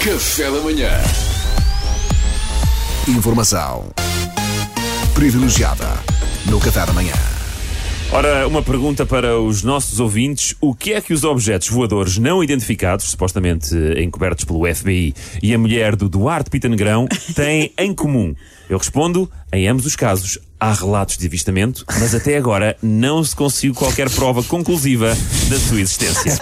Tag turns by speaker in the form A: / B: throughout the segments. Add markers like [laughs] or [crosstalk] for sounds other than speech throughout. A: Café da Manhã. Informação privilegiada no Café da Manhã.
B: Ora, uma pergunta para os nossos ouvintes: o que é que os objetos voadores não identificados, supostamente eh, encobertos pelo FBI e a mulher do Duarte Pitanegrão, têm em comum? Eu respondo: em ambos os casos há relatos de avistamento, mas até agora não se conseguiu qualquer prova conclusiva da sua existência.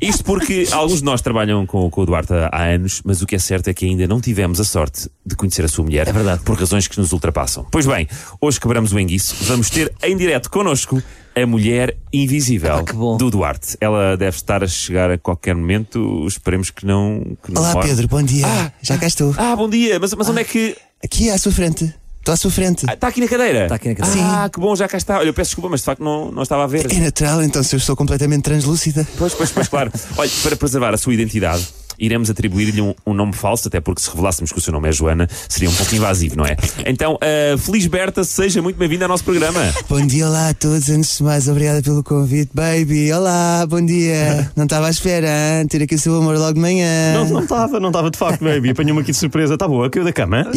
B: Isto porque alguns de nós trabalham com, com o Duarte há, há anos, mas o que é certo é que ainda não tivemos a sorte de conhecer a sua mulher. É verdade. Por razões que nos ultrapassam. Pois bem, hoje quebramos o enguiço. Vamos ter em direto connosco a mulher invisível
C: que bom.
B: do Duarte. Ela deve estar a chegar a qualquer momento. Esperemos que não. Que não
C: Olá
B: more.
C: Pedro, bom dia. Já cá estou.
B: Ah, bom dia. Mas, mas onde é que.
C: Aqui à sua frente. Estou à sua frente.
B: Está aqui na cadeira? Está
D: aqui na cadeira.
B: Ah, que bom, já cá está. Olha, eu peço desculpa, mas de facto não, não estava a ver.
C: É natural, então, se eu estou completamente translúcida.
B: Pois, pois,
E: [laughs]
B: pois, claro. Olha, para preservar a sua identidade, iremos atribuir-lhe um, um nome falso, até porque se revelássemos que o seu nome é Joana, seria um pouco invasivo, não é? Então, ah, Feliz Berta, seja muito bem-vinda ao nosso programa.
C: Bom dia, olá a todos. Antes de mais, obrigada pelo convite, baby. Olá, bom dia. Não estava à espera, hein? Ter aqui o seu amor logo de manhã.
E: Não, não estava, não estava de facto, baby. Apanhou-me aqui de surpresa. Tá Está boa, caiu da cama.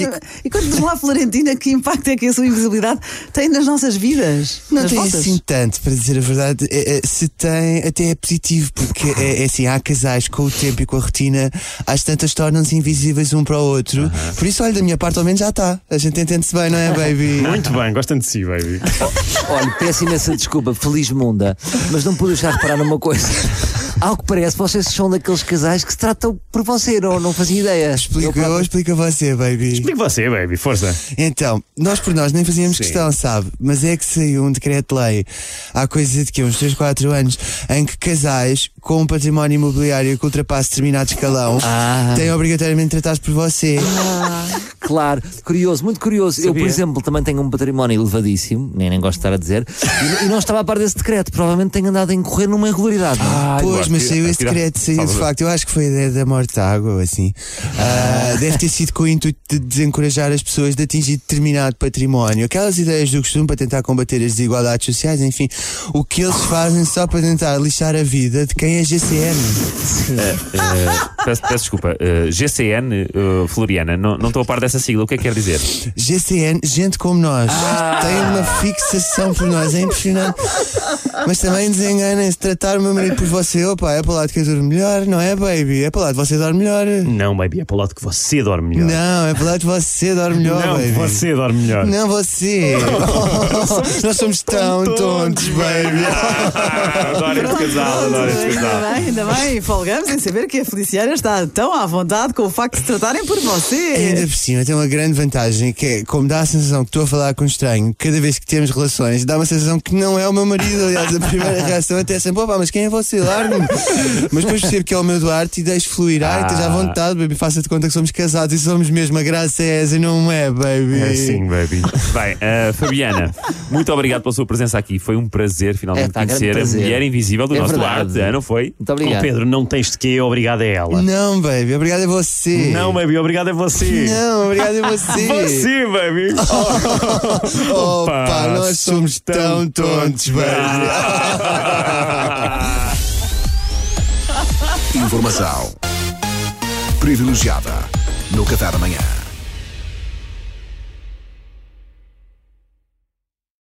F: E quando diz lá a Florentina, que impacto é que a sua invisibilidade tem nas nossas vidas?
C: Não
F: nas
C: tem
F: vossas?
C: assim tanto, para dizer a verdade. É, é, se tem, até é positivo, porque é, é assim, há casais com o tempo e com a rotina, às tantas tornam-se invisíveis um para o outro. Por isso, olha, da minha parte, ao menos já está. A gente entende-se bem, não é, baby?
E: Muito bem, gosto de si, baby.
D: Olha, peço imensa desculpa, feliz munda, mas não pude deixar de reparar numa coisa. Ao que parece, vocês são daqueles casais que se tratam por você, não, não fazia ideia. Eu
C: Explica, eu
D: próprio-
C: explico a você, baby.
E: Explique você, baby, força.
C: Então, nós por nós nem fazíamos questão, sabe? Mas é que saiu um decreto-lei há coisa de que uns 3, 4 anos em que casais com um património imobiliário que ultrapasse determinado escalão
D: Ah.
C: têm obrigatoriamente de tratar-se por você.
D: Claro, curioso, muito curioso. Eu, por
E: Sabia.
D: exemplo, também tenho um património elevadíssimo, nem, nem gosto de estar a dizer, e, e não estava a par desse decreto. Provavelmente tenho andado a incorrer numa irregularidade. não é?
C: pois,
B: Eduardo,
C: mas
B: tira-
C: saiu esse
B: tira-
C: decreto, saiu de
B: Salvador.
C: facto. Eu acho que foi a ideia da morte da água, ou assim. Ah, deve ter sido com o intuito de desencorajar as pessoas de atingir determinado património. Aquelas ideias do costume para tentar combater as desigualdades sociais, enfim. O que eles fazem só para tentar lixar a vida de quem é GCN.
B: Ah, peço, peço desculpa. Ah, GCN, ah, Floriana, não, não estou a par dessa sigla. O que é que quer dizer?
C: GCN, gente como nós,
E: Ah.
C: tem uma fixação por nós, é impressionante. Mas também desenganem-se, tratar o meu marido por você, opa, é para lá de que eu durmo melhor, não é, baby? É para lá de você dorme melhor.
E: Não, baby, é para o lado que você dorme melhor.
C: Não, é para lá de você dorme melhor,
E: Não,
C: baby.
E: você dorme melhor. [laughs]
C: Não, você. nós somos tão tontos, baby.
B: Ah, adoro este casal, adoro este casal.
F: Ainda bem, ainda bem, folgamos em saber que a Feliciana está tão à vontade com o facto de se tratarem por
C: Ainda
F: você.
C: É, por cima tem uma grande vantagem que é, como dá a sensação que estou a falar com um estranho, cada vez que temos relações, dá uma sensação que não é o meu marido. Aliás, a primeira reação até é sempre, opa, mas quem é você? Largo-me. Mas depois percebo que é o meu Duarte e deixo fluir. Ai,
E: Ah.
C: esteja à vontade, baby, faça de conta que somos casados e somos mesmo. A graça é essa, não é, baby?
E: É assim, baby.
B: Bem, ah, Fabiana, muito obrigado pela sua presença aqui. Foi um prazer finalmente
D: É, tá, grande
B: conhecer a
D: prazer.
B: mulher invisível do
D: É
B: nosso
D: verdade.
B: Duarte, ah, não foi?
D: Muito
E: Oh,
D: obrigado.
E: Pedro, não tens de quê, obrigado a ela.
C: Não, baby, obrigado a você.
E: Não, baby, obrigado a você.
C: Não, obrigado a você.
E: Você, baby.
D: Oh,
C: Opa, nós somos tão tontos, baby.
A: Informação privilegiada no Café da Manhã.